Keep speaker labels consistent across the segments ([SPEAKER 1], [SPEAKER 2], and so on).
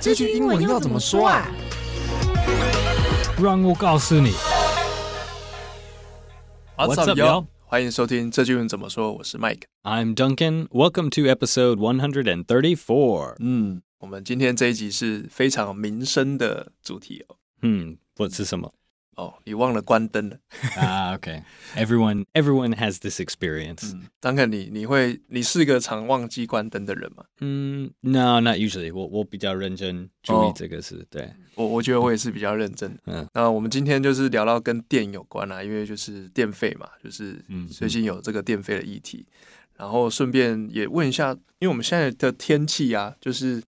[SPEAKER 1] 这句英文要怎么说啊？
[SPEAKER 2] 让我告诉你。
[SPEAKER 3] What's
[SPEAKER 2] What's
[SPEAKER 3] up,
[SPEAKER 2] up,
[SPEAKER 3] yo？
[SPEAKER 2] y'all？
[SPEAKER 3] 欢迎收听这句文怎么说，我是 Mike。
[SPEAKER 2] I'm Duncan. Welcome to episode 134.
[SPEAKER 3] 嗯，我们今天这一集是非常民生的主题哦。
[SPEAKER 2] Hmm, what's this about?
[SPEAKER 3] 哦，你忘了关灯了。
[SPEAKER 2] Ah, okay. Everyone everyone has this experience.
[SPEAKER 3] 嗯，当然你你会你是个常忘记关灯的人吗？
[SPEAKER 2] Mm, no, not usually. 我-
[SPEAKER 3] 哦。
[SPEAKER 2] 我比较认真注意这个事，对。
[SPEAKER 3] 我我觉得我也是比较认真的。
[SPEAKER 2] 嗯
[SPEAKER 3] 那我们今天就是聊到跟电有关啊，因为就是电费嘛，就是
[SPEAKER 2] 嗯
[SPEAKER 3] 最近有这个电费的议题。然后顺便也问一下，因为我们现在的天气啊，就是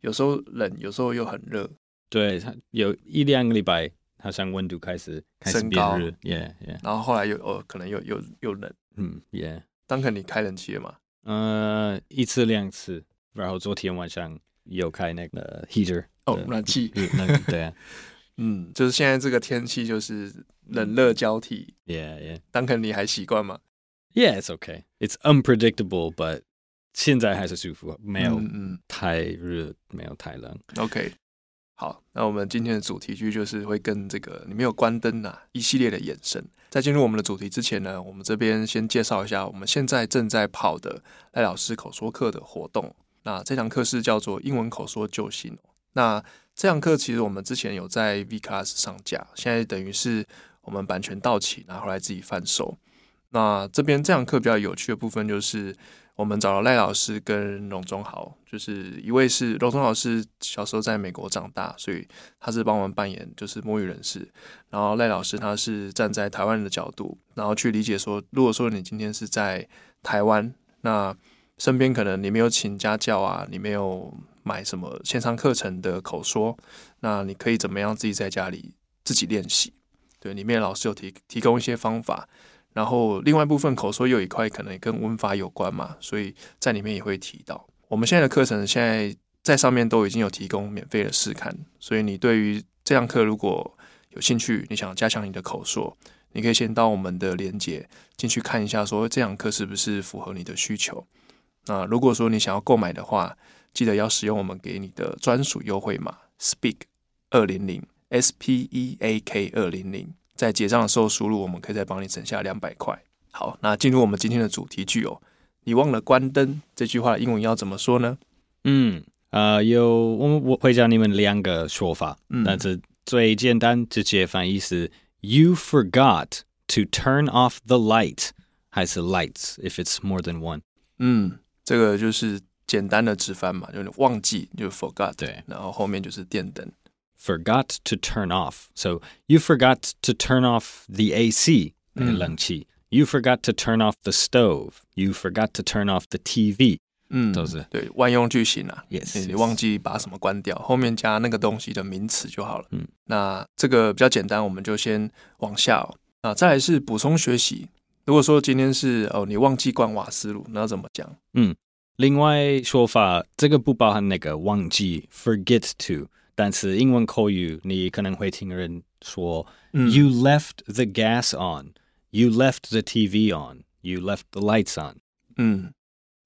[SPEAKER 3] 有时候冷，有时候又很热，升高。
[SPEAKER 2] 嗯，对，有一两个礼拜，好像温度开始开始变热。Yeah, yeah.
[SPEAKER 3] 然后后来又哦，可能又又又冷。
[SPEAKER 2] 嗯，Yeah.
[SPEAKER 3] 当肯你开冷气了嘛？
[SPEAKER 2] 呃，一次两次，然后昨天晚上有开那个 heater。
[SPEAKER 3] 哦，暖气。
[SPEAKER 2] 对，那对啊。
[SPEAKER 3] 嗯，就是现在这个天气就是 冷热交替，
[SPEAKER 2] Yeah, yeah.
[SPEAKER 3] 当肯你还习惯吗？
[SPEAKER 2] Yeah, it's okay. It's unpredictable, but 现在还是舒服，没有太热，没有太冷。
[SPEAKER 3] 嗯嗯，OK。好，那我们今天的主题句就是会跟这个你没有关灯啊一系列的延伸。在进入我们的主题之前呢，我们这边先介绍一下我们现在正在跑的赖老师口说课的活动。那这堂课是叫做英文口说救星哦。那这堂课其实我们之前有在 V Class 上架，现在等于是我们版权到期拿回来自己贩售。那这边这堂课比较有趣的部分就是，我们找了赖老师跟龙中豪，就是一位是龙中豪是小时候在美国长大，所以他是帮我们扮演就是母语人士，然后赖老师他是站在台湾人的角度，然后去理解说，如果说你今天是在台湾，那身边可能你没有请家教啊，你没有买什么线上课程的口说，那你可以怎么样自己在家里自己练习？对，里面老师有提提供一些方法，然后另外一部分口说又有一块可能跟文法有关嘛，所以在里面也会提到。我们现在的课程现在在上面都已经有提供免费的试看，所以你对于这堂课如果有兴趣，你想加强你的口说，你可以先到我们的连接进去看一下，说这堂课是不是符合你的需求。那如果说你想要购买的话，记得要使用我们给你的专属优惠码 Speak 二零零 S P E A K 二零零，在结账的时候输入，我们可以再帮你省下两百块。好，那进入我们今天的主题句哦。你忘了关灯这句话的英文要怎么说呢？
[SPEAKER 2] 嗯，呃，有我们我会教你们两个说法，
[SPEAKER 3] 嗯
[SPEAKER 2] 但是最简单直接翻译是 "You forgot to turn off the light" 还是 "lights" if it's more than one。
[SPEAKER 3] 嗯，这个就是简单的直翻嘛，就是忘记，就是 forgot，
[SPEAKER 2] 对
[SPEAKER 3] 然后后面就是电灯。
[SPEAKER 2] Forgot to turn off. So you forgot to turn off the AC, 那个
[SPEAKER 3] 嗯
[SPEAKER 2] 冷气。You forgot to turn off the stove. You forgot to turn off the TV.
[SPEAKER 3] 嗯，
[SPEAKER 2] 都是
[SPEAKER 3] 对万用句型啊。
[SPEAKER 2] Yes.
[SPEAKER 3] 你你忘记把什么关掉，后面加那个东西的名词就好了。
[SPEAKER 2] 嗯，
[SPEAKER 3] 那这个比较简单，我们就先往下哦。啊，再来是补充学习。如果说今天是哦，你忘记关瓦斯炉，那要怎么讲？
[SPEAKER 2] 另外说法，这个不包含那个忘记 （forget to），但是英文口语你可能会听人说、
[SPEAKER 3] 嗯
[SPEAKER 2] y o u left the gas on, you left the TV on, you left the lights on。
[SPEAKER 3] 嗯，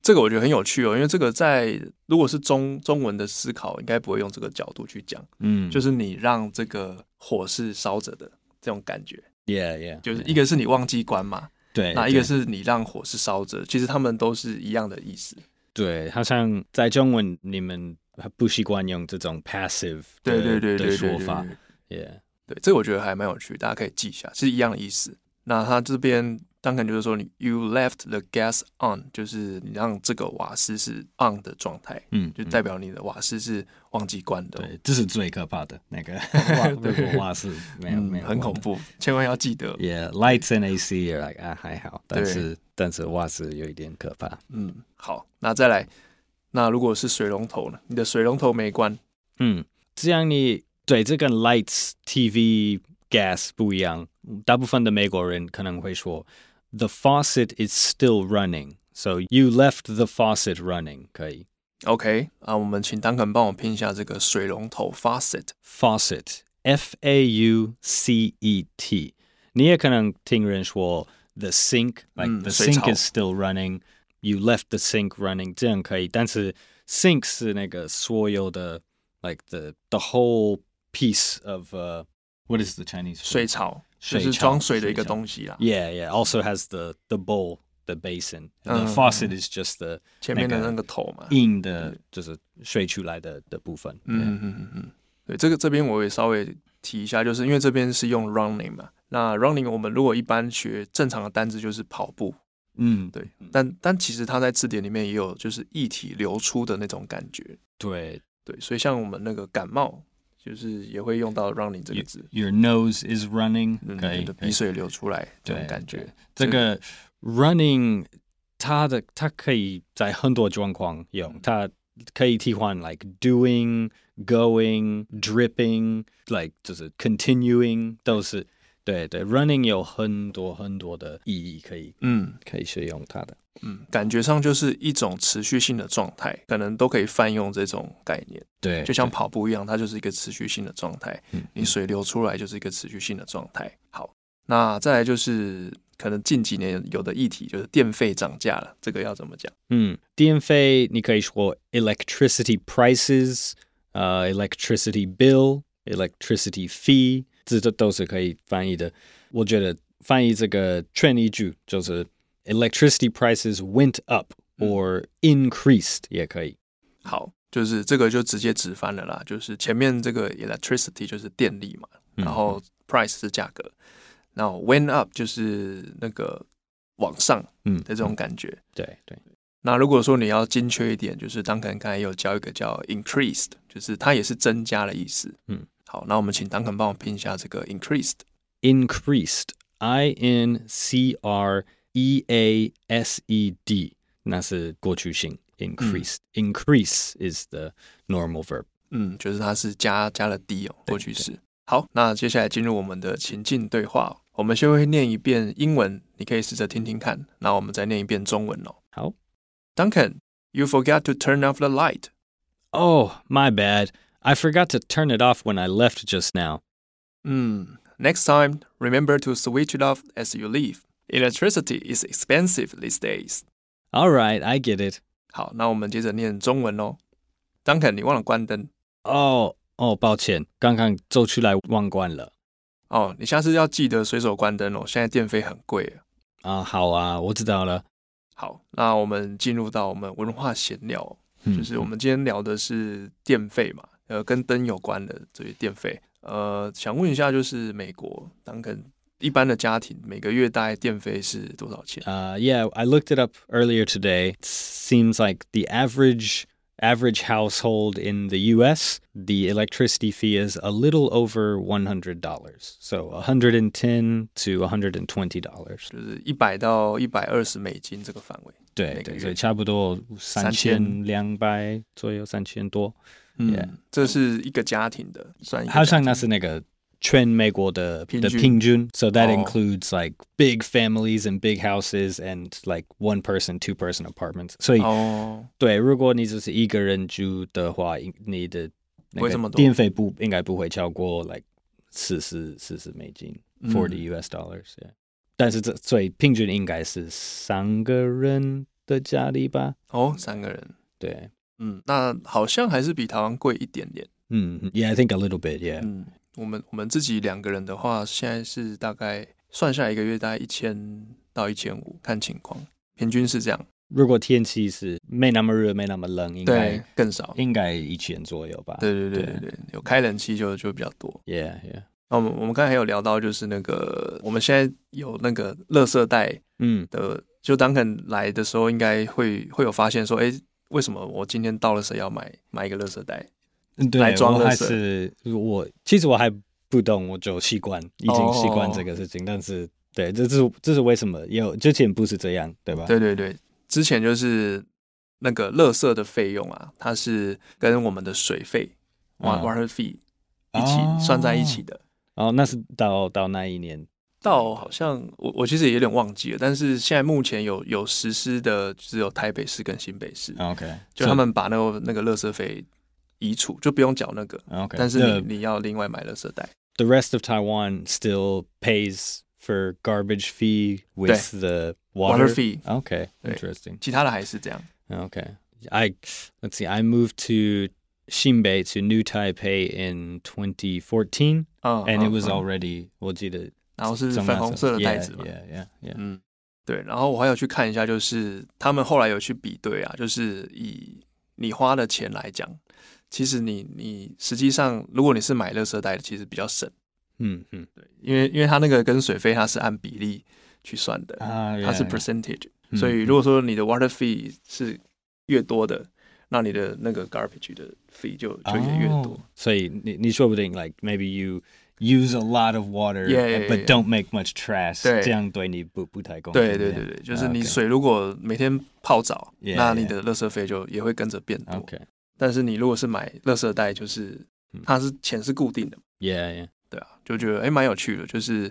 [SPEAKER 3] 这个我觉得很有趣哦，因为这个在如果是中中文的思考，应该不会用这个角度去讲，
[SPEAKER 2] 嗯，
[SPEAKER 3] 就是是你让这个火是烧着的这种感觉，
[SPEAKER 2] yeah yeah，
[SPEAKER 3] 就是一
[SPEAKER 2] 一
[SPEAKER 3] 个是你忘记关嘛，
[SPEAKER 2] 嗯哎对，
[SPEAKER 3] 那一个
[SPEAKER 2] 对
[SPEAKER 3] 是你让火是烧着，其实他们都是一样的意思。
[SPEAKER 2] 对，好像在中文你们不习惯用这种 passive 的
[SPEAKER 3] 对对对对
[SPEAKER 2] 的
[SPEAKER 3] 对对
[SPEAKER 2] 说
[SPEAKER 3] 对
[SPEAKER 2] 法
[SPEAKER 3] 对
[SPEAKER 2] ，yeah，
[SPEAKER 3] 对，这个我觉得还蛮有趣，大家可以记一下，是一样的意思。那他这边当然就是说你，you left the gas on，就是你让这个瓦斯是 on 的状态，
[SPEAKER 2] 嗯，
[SPEAKER 3] 就
[SPEAKER 2] 嗯
[SPEAKER 3] 代表你的瓦斯是忘记关的哦。
[SPEAKER 2] 对，这是最可怕的那 个话，
[SPEAKER 3] 对
[SPEAKER 2] 如果话是没有
[SPEAKER 3] 嗯
[SPEAKER 2] 没有
[SPEAKER 3] 很
[SPEAKER 2] 关
[SPEAKER 3] 恐
[SPEAKER 2] 的
[SPEAKER 3] 怖，千万要记得。
[SPEAKER 2] Yeah, lights and AC are like 啊还好，但
[SPEAKER 3] 对
[SPEAKER 2] 是但是袜子有一点可怕。
[SPEAKER 3] 嗯，好，那再来，那如果是水龙头呢？你的水龙头没关，
[SPEAKER 2] 嗯，这样你对这跟 lights、TV、gas 不一样。大部分的美国人可能会说，the faucet is still running, so you left the faucet running 可以。
[SPEAKER 3] OK 啊，我们请丹肯帮我拼一下这个水龙头 faucet。
[SPEAKER 2] 嗯 Faucet, F A U C E T。你也可能听人说 the sink, like
[SPEAKER 3] 嗯
[SPEAKER 2] the
[SPEAKER 3] 水
[SPEAKER 2] sink
[SPEAKER 3] 槽
[SPEAKER 2] is still running, you left the sink running，这样可以。但是 sink 是那个所有的 like the the whole piece of uh, what is the Chinese
[SPEAKER 3] 水
[SPEAKER 2] phrase?
[SPEAKER 3] 槽
[SPEAKER 2] 水
[SPEAKER 3] 就是
[SPEAKER 2] 槽
[SPEAKER 3] 装水的一个
[SPEAKER 2] 水槽
[SPEAKER 3] 东西啦。
[SPEAKER 2] Yeah, yeah. Also has the the bowl, the basin. The
[SPEAKER 3] 嗯，
[SPEAKER 2] faucet is just the
[SPEAKER 3] 前面的那个头嘛，
[SPEAKER 2] in 的，就是水出来的的部分。
[SPEAKER 3] 嗯嗯嗯嗯，对，这个这边我也稍微提一下，就是因为这边是用 running 嘛，那 running 我们如果一般学正常的单字就是跑步，
[SPEAKER 2] 嗯，
[SPEAKER 3] 对，但但其实它在字典里面也有就是液体流出的那种感觉，
[SPEAKER 2] 对
[SPEAKER 3] 对，所以像我们那个感冒，就是也会用到 running 这个字，
[SPEAKER 2] ，Your nose is running，
[SPEAKER 3] 嗯，
[SPEAKER 2] 可以
[SPEAKER 3] 你的，鼻水流出来这
[SPEAKER 2] 对
[SPEAKER 3] 种感觉
[SPEAKER 2] 对，这个 running，它的它可以在很多状况用，它可以替换 like doing、going、dripping、like 就是 continuing 都是。对对，running 有很多很多的意义，可以
[SPEAKER 3] 嗯
[SPEAKER 2] 可以使用它的。
[SPEAKER 3] 嗯，感觉上就是一种持续性的状态，可能都可以泛用这种概念。
[SPEAKER 2] 对，
[SPEAKER 3] 就像跑步一样，它就是一个持续性的状态。
[SPEAKER 2] 嗯
[SPEAKER 3] 你水流出来就是一个持续性的状态。好，那再来就是可能近几年有的议题就是电费涨价了，这个要怎么讲？
[SPEAKER 2] 嗯，电费你可以说 electricity prices，呃、e l e c t r i c i t y bill，electricity fee，这这都是可以翻译的。我觉得翻译这个劝一句就是 electricity prices went up or increased 也可以。
[SPEAKER 3] 好，就是这个就直接直翻了啦，就是前面这个 electricity 就是电力嘛，
[SPEAKER 2] 嗯
[SPEAKER 3] 然后 price 是价格，那 went up 就是那个往上
[SPEAKER 2] 嗯，
[SPEAKER 3] 的这种感觉。
[SPEAKER 2] 对对，
[SPEAKER 3] 那如果说你要精确一点，就是当肯刚才有教一个叫 increased，就是它也是增加的意思。
[SPEAKER 2] 嗯，
[SPEAKER 3] 好，那我们请当肯帮我拼一下这个 increased。
[SPEAKER 2] increased i n c r e a s e d，那是过去性 increased、increase is the normal verb。
[SPEAKER 3] 嗯，就是它是加加了 d 哦，过去式。好，那接下来进入我们的情境对话哦、我们先会念一遍英文，你可以试着听听看，那我们再念一遍中文哦。
[SPEAKER 2] 好。
[SPEAKER 3] Duncan，you forgot to turn off the light。
[SPEAKER 2] Oh, my bad. I forgot to turn it off when I left just now.
[SPEAKER 3] 嗯，next time remember to switch it off as you leave. Electricity is expensive these days.
[SPEAKER 2] All right, I get it.
[SPEAKER 3] 好，那我们接着念中文喽。Duncan，你忘了关灯
[SPEAKER 2] Oh, oh, 抱歉，刚刚走出来忘关了。
[SPEAKER 3] 哦，你下次要记得随手关灯哦。现在电费很贵啊。
[SPEAKER 2] 啊，好啊，我知道了。
[SPEAKER 3] 好，那我们进入到我们文化闲聊，
[SPEAKER 2] 嗯，
[SPEAKER 3] 就是我们今天聊的是电费嘛，呃，跟灯有关的这些电费。呃，想问一下，就是美国 Duncan 一般的家庭每个月大概电费是多少钱？
[SPEAKER 2] Uh, yeah, I looked it up earlier today. It seems like the average average household in the U.S. the electricity fee is a little over one hundred dollars, so one hundred and ten to one hundred and twenty dollars.
[SPEAKER 3] 就是一百到一百二十美金这个范围。每个
[SPEAKER 2] 对
[SPEAKER 3] 月。
[SPEAKER 2] 对，所以差不多三千两百左右，三千多。
[SPEAKER 3] 嗯
[SPEAKER 2] Yeah
[SPEAKER 3] 这是一个家庭的，算一个家庭
[SPEAKER 2] 好像那是那个全美国的
[SPEAKER 3] 平均。Oh。
[SPEAKER 2] So that
[SPEAKER 3] 哦。
[SPEAKER 2] includes like big families and big houses and like one person, two person apartments. 所以、
[SPEAKER 3] Oh。哦，
[SPEAKER 2] 对，如果你只
[SPEAKER 3] 不会这么多。
[SPEAKER 2] 是一个人住的话，你的那个电费不应该不会超过 like 四十-40美金，
[SPEAKER 3] 嗯。
[SPEAKER 2] 40 US dollars yeah. 但是这-所以平均应该是三个人的家里吧？
[SPEAKER 3] 哦，三个人。
[SPEAKER 2] 对，
[SPEAKER 3] 嗯，那好像还是比台湾贵一点点。
[SPEAKER 2] 嗯，Yeah, I think a little bit, yeah.
[SPEAKER 3] 嗯，我们我们自己两个人的话，现在是大概算下来一个月大概一千到一千五，看情况，平均是这样。
[SPEAKER 2] 如果天气是没那么热、没那么冷，应
[SPEAKER 3] 对
[SPEAKER 2] 该，
[SPEAKER 3] 更少。
[SPEAKER 2] 应该一千左右吧。
[SPEAKER 3] 对对对对对，有开冷气就就比较多。
[SPEAKER 2] ，Yeah Yeah，
[SPEAKER 3] 那我们我们刚才有聊到，就是那个我们现在有那个垃圾袋
[SPEAKER 2] 嗯
[SPEAKER 3] 的，就当肯来的时候，应该会会有发现说，哎，为什么我今天到了谁要买买一个垃圾袋？
[SPEAKER 2] 嗯，对，
[SPEAKER 3] 来装
[SPEAKER 2] 我
[SPEAKER 3] 垃圾
[SPEAKER 2] 还是我其实我还不懂，我就习惯，已经习惯这个事情。但是，对，这是这是为什么？有之前不是这样，对吧？
[SPEAKER 3] 对对对，之前就是那个垃圾的费用啊，它是跟我们的水费
[SPEAKER 2] 嗯
[SPEAKER 3] （wa- water fee）
[SPEAKER 2] 哦
[SPEAKER 3] 一起算在一起的。
[SPEAKER 2] 然后那是到到那一年，
[SPEAKER 3] 到好像我我其实也有点忘记了，但是现在目前有有实施的只有台北市跟新北市，
[SPEAKER 2] OK，
[SPEAKER 3] 就他们把那个那个垃圾费移除，就不用缴那个，
[SPEAKER 2] OK，
[SPEAKER 3] 但是
[SPEAKER 2] the
[SPEAKER 3] 你你要另外买垃圾袋。
[SPEAKER 2] the rest of Taiwan still pays for garbage fee with the
[SPEAKER 3] water
[SPEAKER 2] water
[SPEAKER 3] fee，
[SPEAKER 2] Okay,
[SPEAKER 3] 对
[SPEAKER 2] interesting.
[SPEAKER 3] 其他的还是这样。
[SPEAKER 2] Okay. I let's see. I moved to Xinbei to New Taipei in 2014,
[SPEAKER 3] 嗯
[SPEAKER 2] and
[SPEAKER 3] 嗯
[SPEAKER 2] it was
[SPEAKER 3] 嗯
[SPEAKER 2] already 我记得
[SPEAKER 3] 然后是粉红色的袋子嘛，
[SPEAKER 2] Yeah, yeah, yeah.
[SPEAKER 3] 嗯，对。然后我还有去看一下，就是他们后来有去比对啊，就是以你花的钱来讲，其实你你实际上如果你是买垃圾袋的，其实比较省，
[SPEAKER 2] 嗯嗯
[SPEAKER 3] 因为因为它那个跟水费它是按比例去算的，
[SPEAKER 2] 啊，Ah,
[SPEAKER 3] 它是
[SPEAKER 2] yeah, Hmm, yeah.
[SPEAKER 3] percentage，、
[SPEAKER 2] 嗯
[SPEAKER 3] 所以如果说你的 water fee 是越多的，那你的那个 garbage 的 fee 就就也越多。
[SPEAKER 2] 所以你你说不定 like maybe you use a lot of water uh,
[SPEAKER 3] Yeah, yeah,
[SPEAKER 2] but
[SPEAKER 3] yeah.
[SPEAKER 2] don't make much trash
[SPEAKER 3] 对。
[SPEAKER 2] 这样对你不不太公平。啊
[SPEAKER 3] 对对对对，就是你
[SPEAKER 2] OK
[SPEAKER 3] 水如果每天泡澡
[SPEAKER 2] Yeah,
[SPEAKER 3] 那你的垃圾费就也会跟着变多。
[SPEAKER 2] OK
[SPEAKER 3] 但是你如果是买垃圾袋，就是
[SPEAKER 2] 嗯
[SPEAKER 3] 它是钱是固定的嘛，
[SPEAKER 2] yeah yeah
[SPEAKER 3] 对啊，就觉得哎蛮有趣的，就是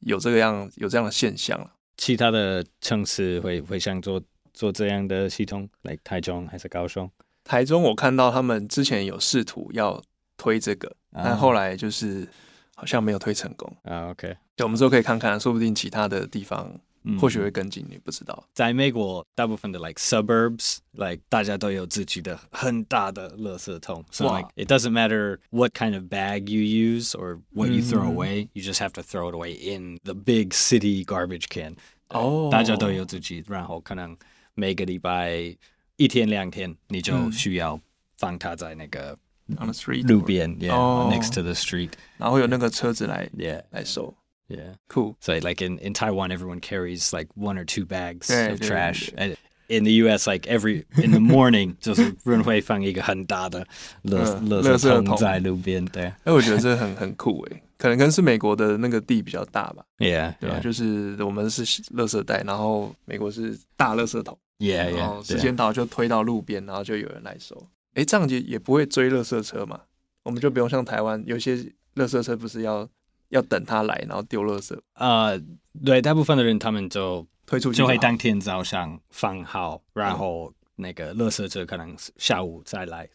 [SPEAKER 3] 有这个样有这样的现象了。
[SPEAKER 2] 其他的城市会会想做做这样的系统，like 台中还是高雄？
[SPEAKER 3] 台中我看到他们之前有试图要推这个，但后来就是好像没有推成功。
[SPEAKER 2] 啊 OK，
[SPEAKER 3] 对，我们之后可以看看，说不定其他的地方
[SPEAKER 2] 嗯
[SPEAKER 3] 或许会跟进，你不知道。
[SPEAKER 2] 在美国，大部分的 like suburbs，like 大家都有自己的很大的垃圾桶。So
[SPEAKER 3] 哇
[SPEAKER 2] like it doesn't matter what kind of bag you use or what you throw away, you just have to throw it away in the big city garbage can。
[SPEAKER 3] 哦
[SPEAKER 2] 大家都有自己，然后可能每个礼拜一天两天，你就需要放它在那个
[SPEAKER 3] on the street，
[SPEAKER 2] 路边，yeah，next、
[SPEAKER 3] 哦
[SPEAKER 2] to the street，yeah
[SPEAKER 3] 然后有那个车子来来收
[SPEAKER 2] yeah。
[SPEAKER 3] 酷
[SPEAKER 2] So like in, in Taiwan, everyone carries like one or two bags
[SPEAKER 3] Yeah,
[SPEAKER 2] of
[SPEAKER 3] yeah,
[SPEAKER 2] trash. And in the U.S., like every in the morning, 就是润
[SPEAKER 3] 嗯，垃圾桶。
[SPEAKER 2] 会放一个很大的垃垃圾桶在路边，对。
[SPEAKER 3] 哎，我觉得这很很酷哎，可能跟是美国的那个地比较大吧，
[SPEAKER 2] Yeah,
[SPEAKER 3] 对吧？
[SPEAKER 2] yeah,
[SPEAKER 3] 就是我们是垃圾袋，然后美国是大垃圾桶，
[SPEAKER 2] yeah,
[SPEAKER 3] 然后
[SPEAKER 2] yeah.
[SPEAKER 3] 时间到就推到路边，然后就有人来收。哎，这样也也不会追垃圾车嘛，我们就不用像台湾有些垃圾车不是要要等他来，然后丢垃圾
[SPEAKER 2] 呃，对，大部分的人他们就
[SPEAKER 3] 推出去
[SPEAKER 2] 就会
[SPEAKER 3] 好
[SPEAKER 2] 当天早上放好，然后那个垃圾车可能下午再来，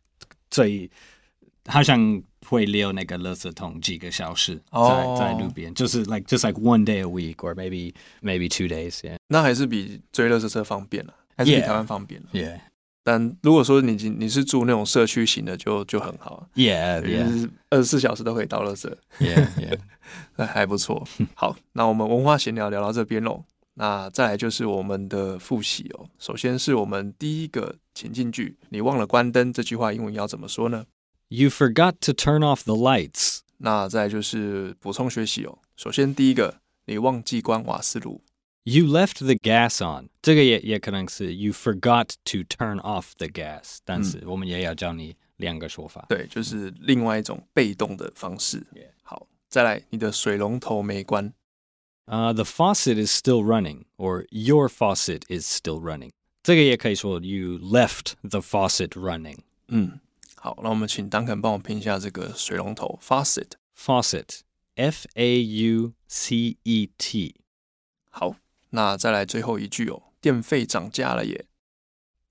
[SPEAKER 2] 所以好像会留那个垃圾桶几个小时在、
[SPEAKER 3] 哦
[SPEAKER 2] 在路边，就是 like just like one day a week or maybe maybe two days yeah
[SPEAKER 3] 那还是比追垃圾车方便了、啊还是比
[SPEAKER 2] Yeah
[SPEAKER 3] 台湾方便了、
[SPEAKER 2] yeah
[SPEAKER 3] 但如果说你你你是住那种社区型的就，就很好、啊，
[SPEAKER 2] yeah
[SPEAKER 3] 就
[SPEAKER 2] yeah
[SPEAKER 3] 是二十四小时都可以倒垃圾，
[SPEAKER 2] yeah yeah
[SPEAKER 3] 那哎还不错。好，那我们文化闲聊聊到这边喽。那再来就是我们的复习哦。首先是我们第一个情境句，你忘了关灯这句话英文要怎么说呢？
[SPEAKER 2] you forgot to turn off the lights
[SPEAKER 3] 那再来就是补充学习哦。首先第一个，你忘记关瓦斯炉，
[SPEAKER 2] you left the gas on 这个也也可能是 you forgot to turn off the gas 但是我们也要教你两个说法
[SPEAKER 3] 对，就是另外一种被动的方式。好，再来，你的水龙头没关。
[SPEAKER 2] Uh, the faucet is still running, or your faucet is still running. 这个也可以说 you left the faucet running.
[SPEAKER 3] 嗯，好，那我们请 Duncan 帮我拼一下这个水龙头 faucet。
[SPEAKER 2] Faucet, F A U C E T.
[SPEAKER 3] 好，那再来最后一句哦，电费涨价了耶。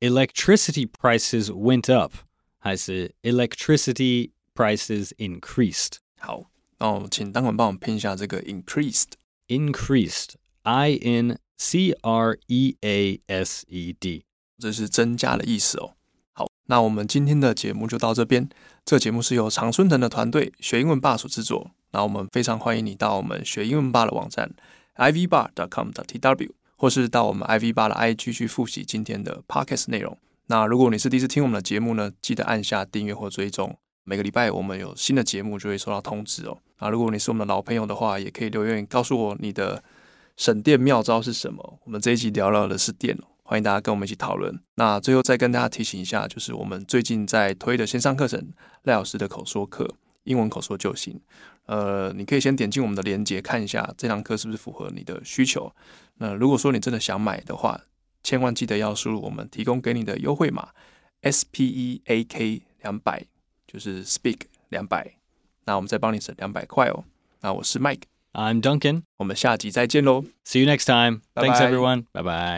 [SPEAKER 2] Electricity prices went up. 还是 electricity prices increased?
[SPEAKER 3] 好，那我们请 Duncan 帮我们拼一下这个 increased。
[SPEAKER 2] Increased, I N C R E A S E D.
[SPEAKER 3] 这是增加的意思哦。好，那我们今天的节目就到这边。这节目是由常春藤的团队学英文吧所制作。那我们非常欢迎你到我们学英文吧的网站 ivbar.com.tw，或是到我们 iv 吧的 IG 去复习今天的 podcast 内容。那如果你是第一次听我们的节目呢，记得按下订阅或追踪。每个礼拜我们有新的节目就会收到通知哦。啊，如果你是我们的老朋友的话，也可以留言告诉我你的省电妙招是什么？我们这一集聊到的是电哦，欢迎大家跟我们一起讨论。那最后再跟大家提醒一下，就是我们最近在推的线上课程赖老师的口说课，英文口说救星。呃，你可以先点进我们的链接看一下这堂课是不是符合你的需求。那如果说你真的想买的话，千万记得要输入我们提供给你的优惠码 S P E A K 两百，就是 Speak 两百，那我们再帮你省两百块哦。那我是 Mike，
[SPEAKER 2] I'm Duncan.
[SPEAKER 3] 我们下集再见喽。
[SPEAKER 2] See you next time. Thanks,
[SPEAKER 3] Bye-bye.
[SPEAKER 2] everyone. Bye bye.